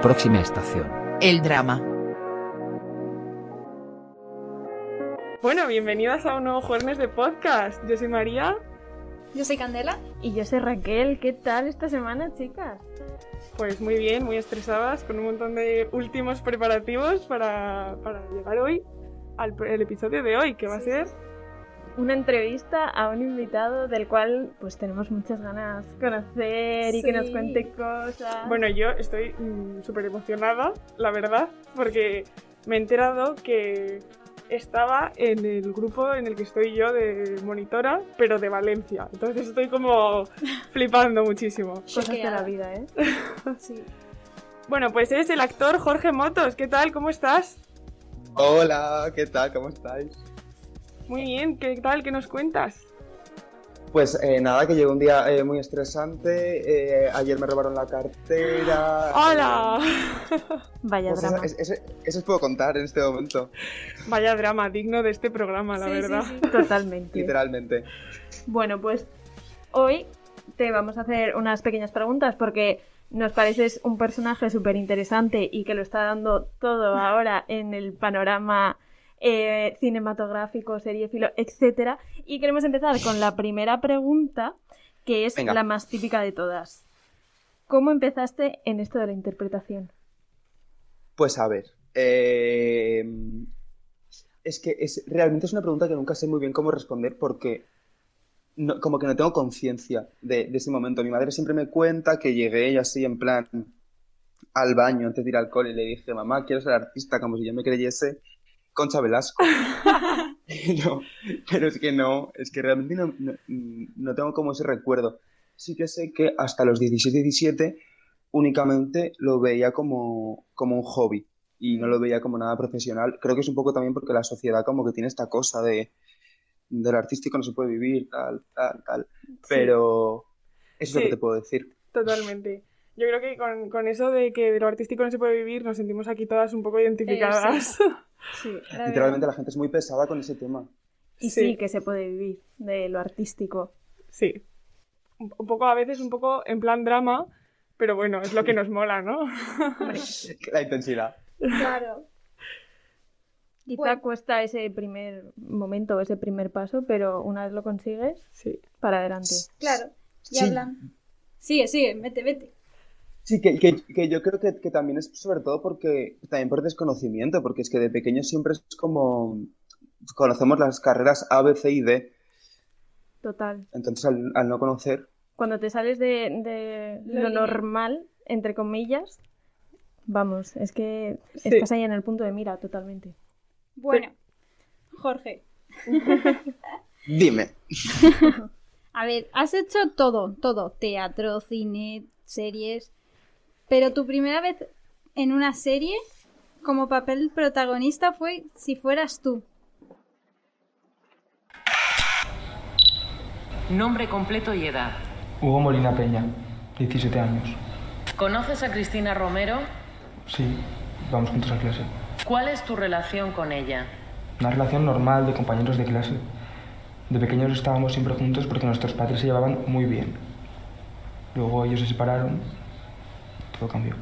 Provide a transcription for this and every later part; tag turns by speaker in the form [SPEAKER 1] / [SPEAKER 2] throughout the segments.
[SPEAKER 1] Próxima estación.
[SPEAKER 2] El drama.
[SPEAKER 3] Bueno, bienvenidas a un nuevo jueves de podcast. Yo soy María
[SPEAKER 4] Yo soy Candela.
[SPEAKER 5] Y yo soy Raquel, ¿qué tal esta semana, chicas?
[SPEAKER 3] Pues muy bien, muy estresadas, con un montón de últimos preparativos para, para llegar hoy al el episodio de hoy, que va a ser...
[SPEAKER 5] Una entrevista a un invitado del cual pues tenemos muchas ganas de conocer y que nos
[SPEAKER 4] Sí.
[SPEAKER 5] cuente cosas.
[SPEAKER 3] Bueno, yo estoy mm, súper emocionada, la verdad, porque me he enterado que estaba en el grupo en el que estoy yo de monitora, pero de Valencia. Entonces estoy como flipando muchísimo.
[SPEAKER 5] cosas de la
[SPEAKER 4] Choqueada.
[SPEAKER 5] vida, ¿eh?
[SPEAKER 4] Sí.
[SPEAKER 3] Bueno, pues eres el actor Jorge Motos. ¿Qué tal? ¿Cómo estás?
[SPEAKER 6] Hola, ¿qué tal? ¿Cómo estáis?
[SPEAKER 3] Muy bien, ¿qué tal? ¿Qué nos cuentas?
[SPEAKER 6] Pues eh, nada, que llegó un día eh, muy estresante. eh, ayer me robaron la cartera.
[SPEAKER 3] ¡Hola!
[SPEAKER 5] Vaya
[SPEAKER 6] Pues eso,
[SPEAKER 5] drama.
[SPEAKER 6] es- eso- eso os puedo contar en este momento,
[SPEAKER 3] Vaya drama digno de este programa, la
[SPEAKER 4] Sí, sí,
[SPEAKER 3] verdad.
[SPEAKER 4] sí.
[SPEAKER 5] Totalmente.
[SPEAKER 6] literalmente.
[SPEAKER 5] Bueno, pues hoy te vamos a hacer unas pequeñas preguntas porque nos pareces un personaje súper interesante y que lo está dando todo ahora en el panorama eh, cinematográfico, seriéfilo, etcétera. Y queremos empezar con la primera pregunta, que es
[SPEAKER 6] Venga.
[SPEAKER 5] la más típica de todas. ¿Cómo empezaste en esto de la interpretación?
[SPEAKER 6] Pues a ver. eh, es que es, realmente es una pregunta que nunca sé muy bien cómo responder porque no- como que no tengo conciencia de, de ese momento. Mi madre siempre me cuenta que llegué y así en plan al baño antes de ir al cole y le dije, mamá, quiero ser artista, como si yo me creyese Concha Velasco. No, pero es que no, es que realmente no, no- no tengo como ese recuerdo. Sí que sé que hasta los 16, 17 únicamente lo veía como, como un hobby y no lo veía como nada profesional. Creo que es un poco también porque la sociedad como que tiene esta cosa de del artístico no se puede vivir, tal, tal, tal. Pero eso es lo
[SPEAKER 3] Sí.
[SPEAKER 6] que te puedo decir.
[SPEAKER 3] Totalmente. Yo creo que con, con eso de que de lo artístico no se puede vivir, nos sentimos aquí todas un poco identificadas.
[SPEAKER 5] Sí,
[SPEAKER 6] Literalmente la gente es muy pesada con ese tema.
[SPEAKER 5] Y sí.
[SPEAKER 3] Sí.
[SPEAKER 5] que se puede vivir de lo artístico.
[SPEAKER 3] Sí. Un un poco, a veces, un poco en plan drama, pero bueno, es lo que nos mola, ¿no?
[SPEAKER 6] La intensidad.
[SPEAKER 4] Claro.
[SPEAKER 5] Quizá
[SPEAKER 4] Bueno.
[SPEAKER 5] cuesta ese primer momento, ese primer paso, pero una vez lo consigues,
[SPEAKER 3] Sí.
[SPEAKER 5] para adelante.
[SPEAKER 4] Claro. Y
[SPEAKER 6] Sí.
[SPEAKER 4] hablan. Sigue, sigue, vete, vete.
[SPEAKER 6] Sí, que, que- que yo creo que, que también es sobre todo porque, también por desconocimiento, porque es que de pequeños siempre es como, conocemos las carreras A, B, C y D,
[SPEAKER 5] Total.
[SPEAKER 6] entonces al, al no conocer,
[SPEAKER 5] Cuando te sales de, de
[SPEAKER 4] Lo
[SPEAKER 5] lo
[SPEAKER 4] lineal.
[SPEAKER 5] normal, entre comillas, vamos, es que
[SPEAKER 3] Sí.
[SPEAKER 5] estás ahí en el punto de mira totalmente.
[SPEAKER 4] Bueno, Jorge.
[SPEAKER 6] dime,
[SPEAKER 4] A ver, has hecho todo, todo. Teatro, cine, series. Pero tu primera vez en una serie como papel protagonista fue Si fueras tú.
[SPEAKER 7] Nombre completo y edad.
[SPEAKER 8] Hugo Molina Peña, 17 años.
[SPEAKER 7] ¿Conoces a Cristina Romero?
[SPEAKER 8] Sí, vamos juntos a clase.
[SPEAKER 7] ¿Cuál es tu relación con ella?
[SPEAKER 8] Una relación normal de compañeros de clase. De pequeños estábamos siempre juntos porque nuestros padres se llevaban muy bien. Luego ellos se separaron, todo cambió.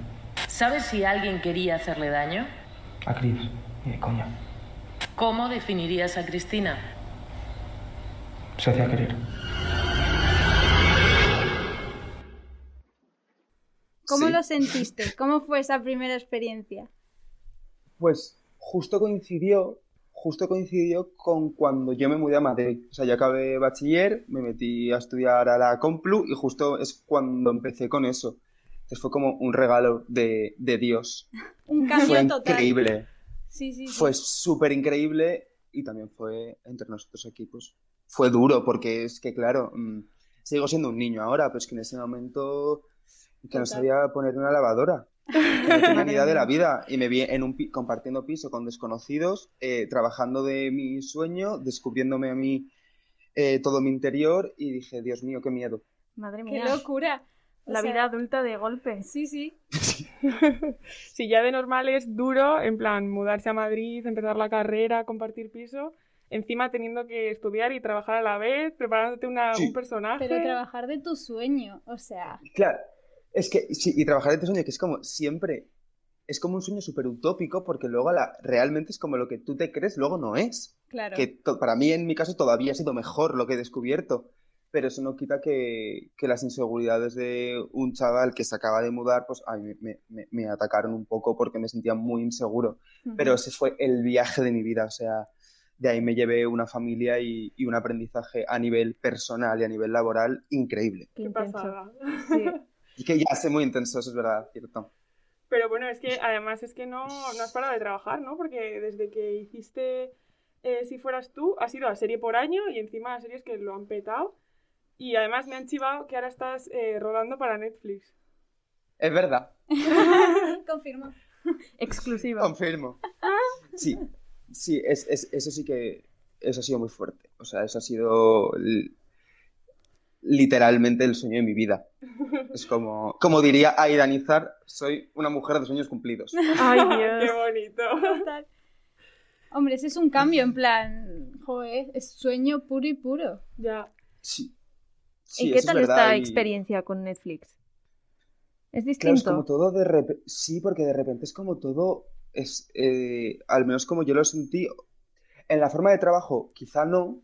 [SPEAKER 7] ¿Sabes si alguien quería hacerle daño?
[SPEAKER 8] A Cris, eh, coña,
[SPEAKER 7] ¿Cómo definirías a Cristina?
[SPEAKER 8] se hacía querer.
[SPEAKER 4] ¿Cómo
[SPEAKER 6] Sí.
[SPEAKER 4] lo sentiste? ¿Cómo fue esa primera experiencia?
[SPEAKER 6] pues justo coincidió, justo coincidió con cuando yo me mudé a Madrid, o sea, yo acabé bachiller, me metí a estudiar a la Complu y justo es cuando empecé con eso, entonces fue como un regalo de, de Dios,
[SPEAKER 4] Un cambio
[SPEAKER 6] fue
[SPEAKER 4] total.
[SPEAKER 6] increíble.
[SPEAKER 4] Sí, sí, sí.
[SPEAKER 6] fue súper increíble y también fue entre nosotros aquí, pues fue duro porque es que, claro, mm, sigo siendo un niño ahora, pero es que en ese momento que no
[SPEAKER 4] Total.
[SPEAKER 6] sabía poner una lavadora, que no tenía ni idea de la vida y me vi en un pi- compartiendo piso con desconocidos, eh, trabajando de mi sueño, descubriéndome a mí eh, todo mi interior y dije, Dios mío, qué miedo.
[SPEAKER 5] Madre
[SPEAKER 4] Qué
[SPEAKER 5] mía,
[SPEAKER 4] locura. O
[SPEAKER 5] la
[SPEAKER 4] sea,
[SPEAKER 5] vida adulta de golpe.
[SPEAKER 4] Sí, sí.
[SPEAKER 3] Si ya de normal es duro, en plan, mudarse a Madrid, empezar la carrera, compartir piso, encima teniendo que estudiar y trabajar a la vez, preparándote una-
[SPEAKER 6] Sí.
[SPEAKER 3] un personaje.
[SPEAKER 4] Pero trabajar de tu sueño, o sea,
[SPEAKER 6] este Claro, es que, sí, y trabajar en tu sueño, que es como siempre es como un sueño súper utópico porque luego la, realmente es como lo que tú te crees, luego no es.
[SPEAKER 4] Claro.
[SPEAKER 6] Que to- para mí, en mi caso, todavía ha sido mejor lo que he descubierto. Pero eso no quita que, que las inseguridades de un chaval que se acaba de mudar, pues a mí me, me- me atacaron un poco porque me sentía muy inseguro. Pero ese fue el viaje de mi vida. O sea, de ahí me llevé una familia y, y un aprendizaje a nivel personal y a nivel laboral increíble.
[SPEAKER 3] Qué
[SPEAKER 5] Qué intenso.
[SPEAKER 3] pasada.
[SPEAKER 5] Sí.
[SPEAKER 6] Y que ya sé muy intenso, eso es verdad, cierto.
[SPEAKER 3] Pero bueno, es
[SPEAKER 5] Pues
[SPEAKER 3] que además es que no, no has parado de trabajar, ¿no? Porque desde que hiciste eh, Si fueras tú, has ido a serie por año y encima a series que lo han petado. Y además me han chivado que ahora estás eh, rodando para Netflix.
[SPEAKER 6] Es verdad,
[SPEAKER 4] Confirmo.
[SPEAKER 5] Exclusiva.
[SPEAKER 6] confirmo.
[SPEAKER 5] Ah.
[SPEAKER 6] Sí, sí, es, es- eso sí que, eso ha sido muy fuerte. O sea, eso ha sido l- literalmente el sueño de mi vida. Es como, como diría Aidanizar, soy una mujer de sueños cumplidos.
[SPEAKER 5] Ay,
[SPEAKER 3] ¡Qué
[SPEAKER 5] Dios.
[SPEAKER 3] bonito!
[SPEAKER 4] Total. Hombre, ese es un cambio, en plan, joder, es sueño puro y puro.
[SPEAKER 3] ya.
[SPEAKER 6] Sí. Sí,
[SPEAKER 5] ¿Y
[SPEAKER 6] eso
[SPEAKER 5] qué
[SPEAKER 6] es
[SPEAKER 5] tal
[SPEAKER 6] verdad,
[SPEAKER 5] esta
[SPEAKER 6] y-
[SPEAKER 5] experiencia con Netflix? ¿Es
[SPEAKER 6] Claro, es
[SPEAKER 5] distinto?
[SPEAKER 6] como todo de repente. Sí, porque de repente es como todo. Es, eh, al menos como yo lo sentí. En la forma de trabajo, quizá no,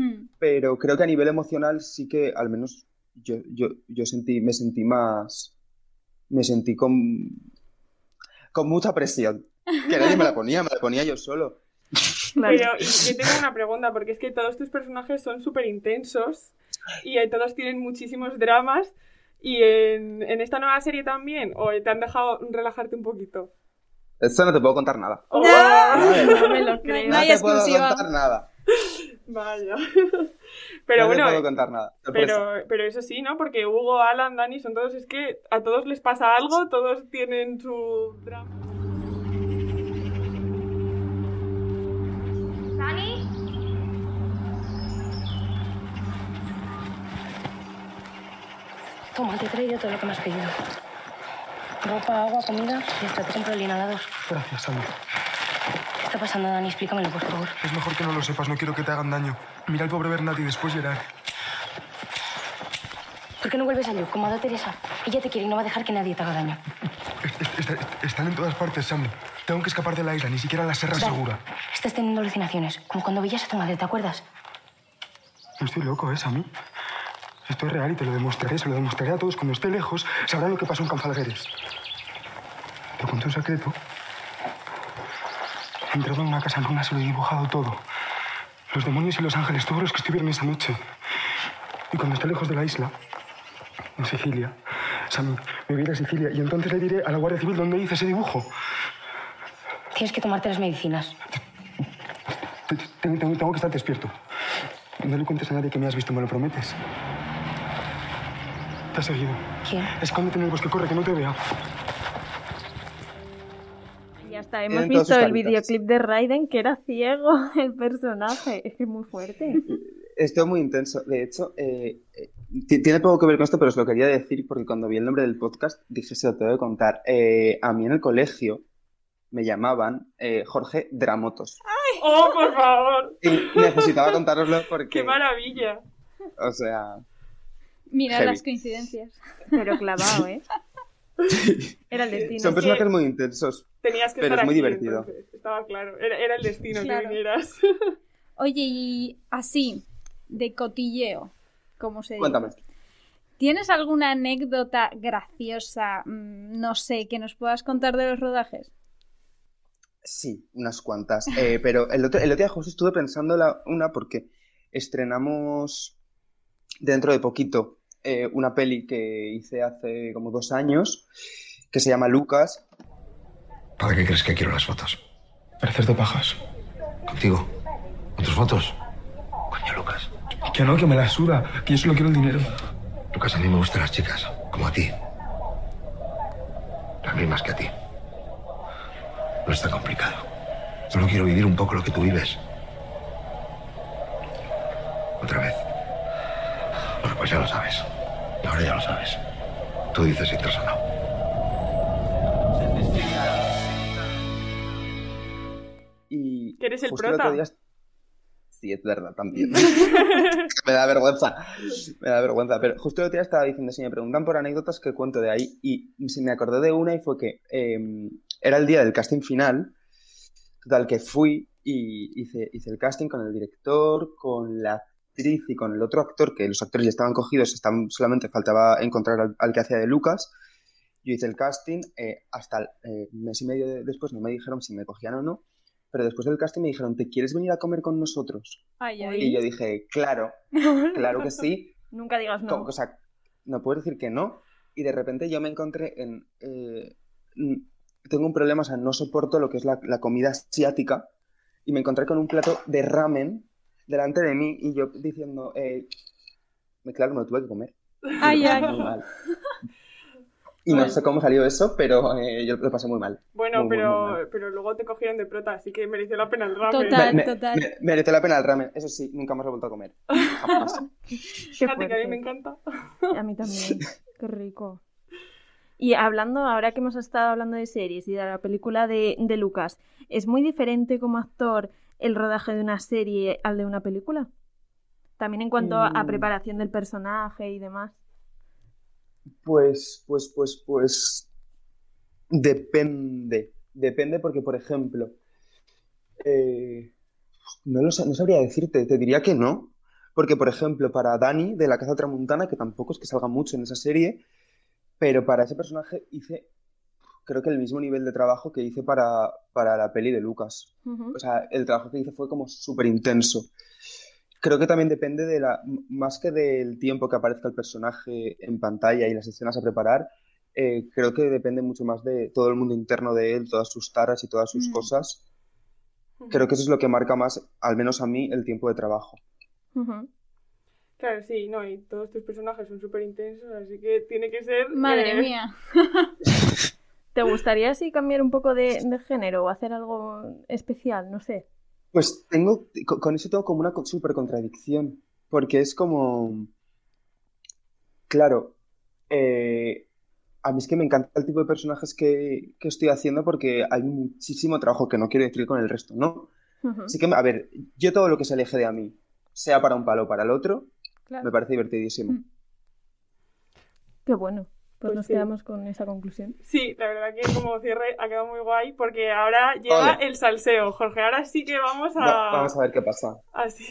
[SPEAKER 4] Hmm.
[SPEAKER 6] pero creo que a nivel emocional sí que, al menos, yo, yo, yo sentí, me sentí más. Me sentí con. con mucha presión. Que nadie me la ponía, me la ponía yo solo.
[SPEAKER 5] Claro.
[SPEAKER 3] Pero y yo tengo una pregunta, porque es que todos tus personajes son súper intensos y eh, todos tienen muchísimos dramas. ¿Y en, en esta nueva serie también? ¿O te han dejado relajarte un poquito?
[SPEAKER 6] Eso no te puedo contar nada.
[SPEAKER 3] ¡Oh!
[SPEAKER 5] No me lo creo.
[SPEAKER 4] No hay
[SPEAKER 6] te puedo
[SPEAKER 4] exclusiva.
[SPEAKER 6] contar nada.
[SPEAKER 3] Vaya. Pero
[SPEAKER 6] no te
[SPEAKER 3] bueno, eh,
[SPEAKER 6] puedo contar nada. Sorpresa.
[SPEAKER 3] Pero, pero eso sí, ¿no? Porque Hugo, Alan, Dani son todos, es que a todos les pasa algo, todos tienen su drama.
[SPEAKER 1] Toma, te he traído todo lo que me has pedido. Ropa, agua, comida y hasta te compro el inhalador.
[SPEAKER 8] Gracias, Ana.
[SPEAKER 1] ¿Qué está pasando, Dani? Explícamelo, por favor.
[SPEAKER 8] Es mejor que no lo sepas, no quiero que te hagan daño. Mira al pobre Bernat y después llorar.
[SPEAKER 1] ¿Por qué no vuelves a Luke, como a Ada Teresa? Ella te quiere y no va a dejar que nadie te haga daño.
[SPEAKER 8] Est- est- est- están en todas partes, Sam. Tengo que escapar de la isla, ni siquiera la serra es
[SPEAKER 1] Dani,
[SPEAKER 8] segura.
[SPEAKER 1] Estás teniendo alucinaciones, como cuando veías a tu madre, ¿te acuerdas?
[SPEAKER 8] No estoy loco, ¿eh, Sammy? Esto es real y te lo demostraré, se lo demostraré a todos. Cuando esté lejos, sabrán lo que pasó en Canfalgueres. Te conté un secreto. He entrado en una casa en ruinas y lo he dibujado todo. Los demonios y los ángeles, todos los que estuvieron esa noche. Y cuando esté lejos de la isla, en Sicilia, Sammy, me voy a ir a Sicilia y entonces le diré a la Guardia Civil dónde hice ese dibujo.
[SPEAKER 1] Tienes que tomarte las medicinas.
[SPEAKER 8] Te- te- Tengo, tengo- tengo que estar despierto. No le cuentes a nadie que me has visto, me lo prometes. Te has seguido.
[SPEAKER 1] ¿Quién?
[SPEAKER 8] Escóndete en el bosque, corre, que no te vea.
[SPEAKER 5] Ya está, hemos
[SPEAKER 6] Tienen todas
[SPEAKER 5] visto
[SPEAKER 6] sus
[SPEAKER 5] el
[SPEAKER 6] caritas.
[SPEAKER 5] videoclip de Raiden que era ciego el personaje. Es que es muy fuerte.
[SPEAKER 6] Esto es muy intenso. De hecho, eh, eh, ti- tiene poco que ver con esto, pero os lo quería decir porque cuando vi el nombre del podcast dije, se lo tengo que contar. Eh, a mí en el colegio me llamaban eh, Jorge Dramotos.
[SPEAKER 3] ¡Oh, por favor!
[SPEAKER 6] Y necesitaba contároslo
[SPEAKER 3] ¡Qué
[SPEAKER 6] porque,
[SPEAKER 3] maravilla!
[SPEAKER 6] o sea,
[SPEAKER 4] Mira
[SPEAKER 6] Heavy.
[SPEAKER 4] las coincidencias.
[SPEAKER 5] Pero clavado, ¿eh? Era el destino.
[SPEAKER 6] son
[SPEAKER 3] que-
[SPEAKER 6] personajes muy intensos.
[SPEAKER 3] Tenías que
[SPEAKER 6] Pero
[SPEAKER 3] estar
[SPEAKER 6] es muy
[SPEAKER 3] aquí,
[SPEAKER 6] divertido.
[SPEAKER 3] entonces. Estaba claro, era, era el destino que
[SPEAKER 4] Claro.
[SPEAKER 3] vinieras.
[SPEAKER 4] Oye, y así, de cotilleo, ¿cómo se dice?
[SPEAKER 6] Cuéntame.
[SPEAKER 4] ¿Tienes alguna anécdota graciosa, mm, no sé, que nos puedas contar de los rodajes?
[SPEAKER 6] Sí, unas cuantas. Eh, pero el otro, el otro día justo estuve pensando la, una porque estrenamos dentro de poquito eh, una peli que hice hace como dos años que se llama Lucas.
[SPEAKER 2] ¿Para qué crees que quiero las fotos?
[SPEAKER 8] Para hacerte pajas.
[SPEAKER 2] Contigo. ¿Con tus fotos? Coño, Lucas.
[SPEAKER 8] Que no, que me la suda, que yo solo quiero el dinero.
[SPEAKER 2] Lucas, a mí me gustan las chicas, como a ti. A mí más que a ti. No es tan complicado. Solo quiero vivir un poco lo que tú vives. Otra vez. Bueno, pues ya lo sabes. Ahora ya lo sabes. Tú dices si te o no.
[SPEAKER 6] Y
[SPEAKER 3] Que eres el
[SPEAKER 6] justo el otro
[SPEAKER 3] prota.
[SPEAKER 6] día- Sí, es verdad también. me da vergüenza. Me da vergüenza. Pero justo el otro día estaba diciendo, si me preguntan por anécdotas, que cuento de ahí? Y se me acordé de una y fue que eh, era el día del casting final, total que fui y hice, hice el casting con el director, con la actriz y con el otro actor, que los actores ya estaban cogidos, estaban, solamente faltaba encontrar al, al que hacía de Lucas. Yo hice el casting, eh, hasta el eh, mes y medio de- después no me dijeron si me cogían o no, pero después del casting me dijeron, ¿te quieres venir a comer con nosotros?
[SPEAKER 5] Ay,
[SPEAKER 6] Y
[SPEAKER 5] ay.
[SPEAKER 6] yo dije, claro, claro que sí.
[SPEAKER 5] Nunca digas
[SPEAKER 6] Como-
[SPEAKER 5] no.
[SPEAKER 6] o sea, no puedes decir que no. Y de repente yo me encontré en... eh, mm, tengo un problema, o sea, no soporto lo que es la, la comida asiática. Y me encontré con un plato de ramen delante de mí y yo diciendo, eh, me- claro, me lo tuve que comer.
[SPEAKER 4] Ay, ay.
[SPEAKER 6] Muy mal. Y no sé cómo salió eso, pero eh, yo lo pasé muy mal.
[SPEAKER 3] Bueno,
[SPEAKER 6] Muy, muy,
[SPEAKER 3] pero,
[SPEAKER 6] muy mal.
[SPEAKER 3] pero luego te cogieron de prota, así que mereció la pena el ¿eh? ramen.
[SPEAKER 4] Total.
[SPEAKER 6] Me-
[SPEAKER 4] total.
[SPEAKER 6] me- merece la pena el ramen, eso sí, nunca más lo he vuelto a comer. Jamás.
[SPEAKER 5] Qué
[SPEAKER 3] Fíjate que a mí
[SPEAKER 5] fuerte.
[SPEAKER 3] me encanta.
[SPEAKER 5] A mí también. Qué rico. Y hablando, ahora que hemos estado hablando de series y de la película de, de Lucas, ¿es muy diferente como actor el rodaje de una serie al de una película? También en cuanto a- a
[SPEAKER 6] Mm.
[SPEAKER 5] preparación del personaje y demás.
[SPEAKER 6] Pues, pues, pues, pues. Depende. Depende porque, por ejemplo, eh, no lo sé, no sabría decirte, te diría que no. Porque, por ejemplo, para Dani de La Casa Tramuntana, que tampoco es que salga mucho en esa serie, pero para ese personaje hice, creo que el mismo nivel de trabajo que hice para, para la peli de Lucas.
[SPEAKER 5] Ujú.
[SPEAKER 6] O sea, el trabajo que hice fue como súper intenso. Creo que también depende de la, m- más que del tiempo que aparezca el personaje en pantalla y las escenas a preparar, eh, creo que depende mucho más de todo el mundo interno de él, todas sus taras y todas sus
[SPEAKER 4] Mm.
[SPEAKER 6] cosas. Creo que eso es lo que marca más, al menos a mí, el tiempo de trabajo.
[SPEAKER 5] Ujú.
[SPEAKER 3] Claro, sí, no, y todos tus personajes son súper intensos, así que tiene que ser.
[SPEAKER 4] Madre
[SPEAKER 3] eh,
[SPEAKER 4] mía.
[SPEAKER 5] ¿Te gustaría así cambiar un poco de, de género o hacer algo especial? No sé.
[SPEAKER 6] Pues tengo, co- con eso tengo como una co- súper contradicción, porque es como, claro, eh, a mí es que me encanta el tipo de personajes que, que estoy haciendo porque hay muchísimo trabajo que no quiero decir con el resto, ¿no?
[SPEAKER 5] Ujú.
[SPEAKER 6] Así que, a ver, yo todo lo que se aleje de a mí, sea para un palo o para el otro,
[SPEAKER 5] Claro.
[SPEAKER 6] me parece divertidísimo.
[SPEAKER 5] Qué bueno. Pues,
[SPEAKER 3] Pues
[SPEAKER 5] nos
[SPEAKER 3] sí.
[SPEAKER 5] quedamos con esa conclusión.
[SPEAKER 3] Sí, la verdad que como cierre ha quedado muy guay porque ahora llega
[SPEAKER 6] Ole.
[SPEAKER 3] el salseo, Jorge. Ahora sí que vamos a.
[SPEAKER 6] Va- vamos a ver qué pasa.
[SPEAKER 3] Así.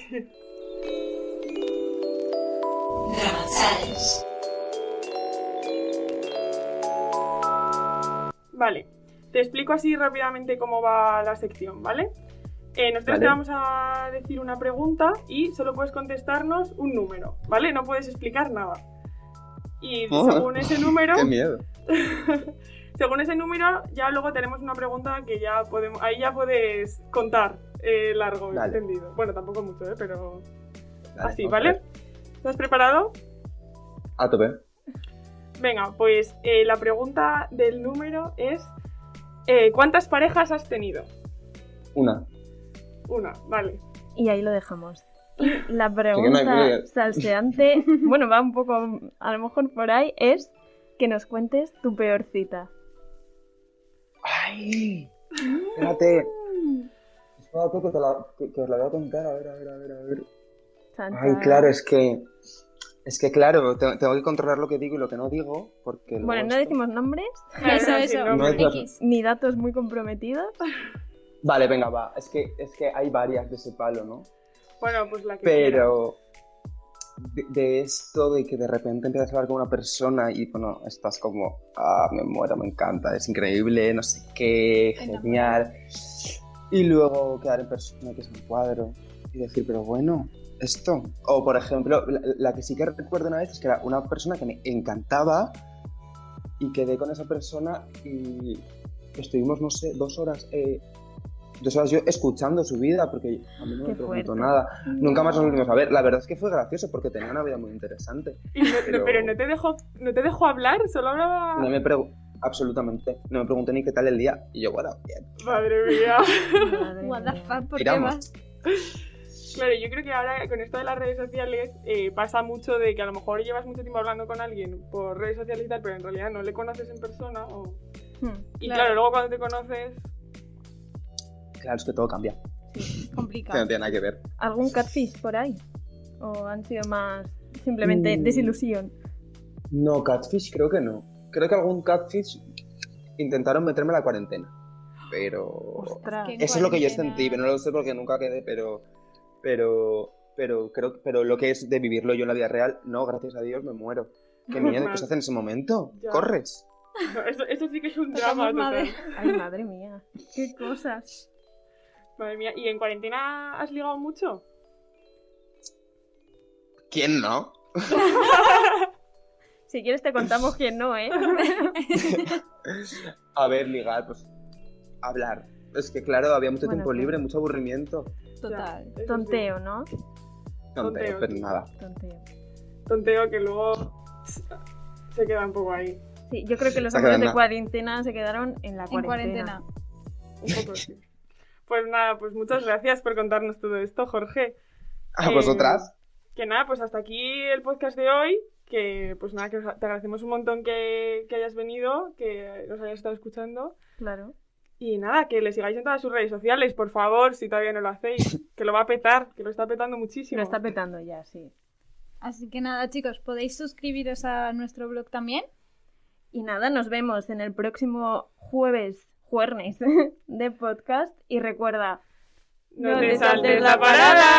[SPEAKER 3] Vale, te explico así rápidamente cómo va la sección, ¿vale? Eh, nosotros
[SPEAKER 6] Vale.
[SPEAKER 3] te vamos a decir una pregunta y solo puedes contestarnos un número, ¿vale? No puedes explicar nada. Y
[SPEAKER 6] Oh,
[SPEAKER 3] según ese número,
[SPEAKER 6] Qué miedo.
[SPEAKER 3] según ese número, ya luego tenemos una pregunta que ya podemos, ahí ya puedes contar eh, largo, y
[SPEAKER 6] Vale.
[SPEAKER 3] entendido. Bueno, tampoco mucho, ¿eh? pero
[SPEAKER 6] Dale,
[SPEAKER 3] así,
[SPEAKER 6] vamos a
[SPEAKER 3] ¿vale?
[SPEAKER 6] ver.
[SPEAKER 3] ¿Estás preparado?
[SPEAKER 6] A tope.
[SPEAKER 3] Venga, pues eh, la pregunta del número es eh, ¿cuántas parejas has tenido?
[SPEAKER 6] Una.
[SPEAKER 3] Una, vale.
[SPEAKER 5] Y ahí lo dejamos. Y la
[SPEAKER 6] que no hay
[SPEAKER 5] pregunta
[SPEAKER 6] que-
[SPEAKER 5] salseante, bueno, va un poco a lo mejor por ahí, es que nos cuentes tu peor cita.
[SPEAKER 6] ¡Ay! Espérate.
[SPEAKER 4] Hmm.
[SPEAKER 6] Espérate que, te la, que, que os la voy a contar. A ver, a ver, a ver, a ver.
[SPEAKER 5] Chan,
[SPEAKER 6] Ay,
[SPEAKER 5] chan.
[SPEAKER 6] claro, es que. Es que, claro, te- tengo que controlar lo que digo y lo que no digo. porque luego
[SPEAKER 5] Bueno, no
[SPEAKER 6] esto-
[SPEAKER 5] decimos nombres
[SPEAKER 4] Eso,
[SPEAKER 3] Ahora sí,
[SPEAKER 4] eso.
[SPEAKER 3] no,
[SPEAKER 6] No,
[SPEAKER 4] X.
[SPEAKER 5] ni datos muy comprometidos.
[SPEAKER 6] Vale, venga, va. Es que, es que hay varias de ese palo, ¿no?
[SPEAKER 3] Bueno, pues la que quieras.
[SPEAKER 6] Pero. De, de esto de que de repente empiezas a hablar con una persona y, bueno, estás como. Ah, me muero, me encanta, es increíble, no sé qué, genial. Y luego quedar en persona que es un cuadro y decir, pero bueno, esto. O, por ejemplo, la, la que sí que recuerdo una vez es que era una persona que me encantaba y quedé con esa persona y estuvimos, no sé, dos horas. eh, dos horas yo escuchando su vida porque a mí no
[SPEAKER 5] Qué
[SPEAKER 6] me preguntó
[SPEAKER 5] fuerte.
[SPEAKER 6] nada. Nunca más nos volvimos a ver. La verdad es que fue gracioso porque tenía una vida muy interesante.
[SPEAKER 3] Y no- no- pero...
[SPEAKER 6] pero-
[SPEAKER 3] no te dejo no te dejo hablar, solo hablaba
[SPEAKER 6] No me pregu- absolutamente. No me preguntó ni qué tal el día. Y yo, bueno, bien.
[SPEAKER 3] Madre mía.
[SPEAKER 5] Madre
[SPEAKER 4] What the
[SPEAKER 5] mía.
[SPEAKER 4] fuck, ¿por qué
[SPEAKER 6] Tiramos.
[SPEAKER 4] vas?
[SPEAKER 3] Claro, yo creo que ahora con esto de las redes sociales eh, pasa mucho de que a lo mejor llevas mucho tiempo hablando con alguien por redes sociales y tal, pero en realidad no le conoces en persona. o-
[SPEAKER 5] Hmm.
[SPEAKER 3] Y
[SPEAKER 4] Claro.
[SPEAKER 3] claro, luego cuando te conoces,
[SPEAKER 6] Claro, es que todo cambia. que no
[SPEAKER 4] complicado.
[SPEAKER 6] tiene nada que ver.
[SPEAKER 5] ¿Algún catfish por ahí? ¿O han sido más simplemente
[SPEAKER 6] Mm.
[SPEAKER 5] desilusión?
[SPEAKER 6] No, catfish creo que no. Creo que algún catfish intentaron meterme en la cuarentena. Pero...
[SPEAKER 5] Ostras.
[SPEAKER 4] Qué-
[SPEAKER 6] Eso es lo que yo
[SPEAKER 4] cuarentena.
[SPEAKER 6] sentí, pero no lo sé porque nunca quedé, pero... Pero... Pero creo pero lo que es de vivirlo yo en la vida real, no, gracias a Dios me muero. Qué miedo, ¿qué se hace en ese momento?
[SPEAKER 3] Ya.
[SPEAKER 6] Corres.
[SPEAKER 3] No, esto, esto sí que es un drama
[SPEAKER 4] Tocamos
[SPEAKER 3] total.
[SPEAKER 4] madera.
[SPEAKER 5] Ay, madre mía. Qué cosas.
[SPEAKER 3] Madre mía, ¿y en cuarentena has ligado mucho?
[SPEAKER 6] ¿Quién no?
[SPEAKER 5] Si quieres te contamos quién no, ¿eh?
[SPEAKER 6] A ver, ligar, pues hablar. Es que claro, había mucho
[SPEAKER 5] Bueno,
[SPEAKER 6] tiempo
[SPEAKER 5] sí.
[SPEAKER 6] libre, mucho aburrimiento.
[SPEAKER 4] Total.
[SPEAKER 3] Eso sí.
[SPEAKER 5] Tonteo, ¿no?
[SPEAKER 6] Tonteo,
[SPEAKER 3] Tonteo.
[SPEAKER 6] pero pues, nada.
[SPEAKER 5] Tonteo.
[SPEAKER 3] Tonteo que luego se queda un poco ahí.
[SPEAKER 5] Sí, yo creo que los
[SPEAKER 6] Se
[SPEAKER 5] amigos
[SPEAKER 6] quedan
[SPEAKER 5] de
[SPEAKER 6] la-
[SPEAKER 5] cuarentena se quedaron en la
[SPEAKER 4] En cuarentena.
[SPEAKER 5] cuarentena.
[SPEAKER 3] Un poco así. Pues nada, pues muchas gracias por contarnos todo esto, Jorge.
[SPEAKER 6] ¿A
[SPEAKER 3] Eh,
[SPEAKER 6] vosotras?
[SPEAKER 3] Que nada, pues hasta aquí el podcast de hoy. Que pues nada, que os- te agradecemos un montón que, que hayas venido, que nos hayas estado escuchando.
[SPEAKER 5] Claro.
[SPEAKER 3] Y nada, que le sigáis en todas sus redes sociales, por favor, si todavía no lo hacéis. Que lo va a petar, que lo está petando muchísimo.
[SPEAKER 5] Lo está petando ya, sí.
[SPEAKER 4] Así que nada, chicos, podéis suscribiros a nuestro blog también.
[SPEAKER 5] Y nada, nos vemos en el próximo jueves, jueves de podcast. Y recuerda,
[SPEAKER 3] ¡No te saltes la parada!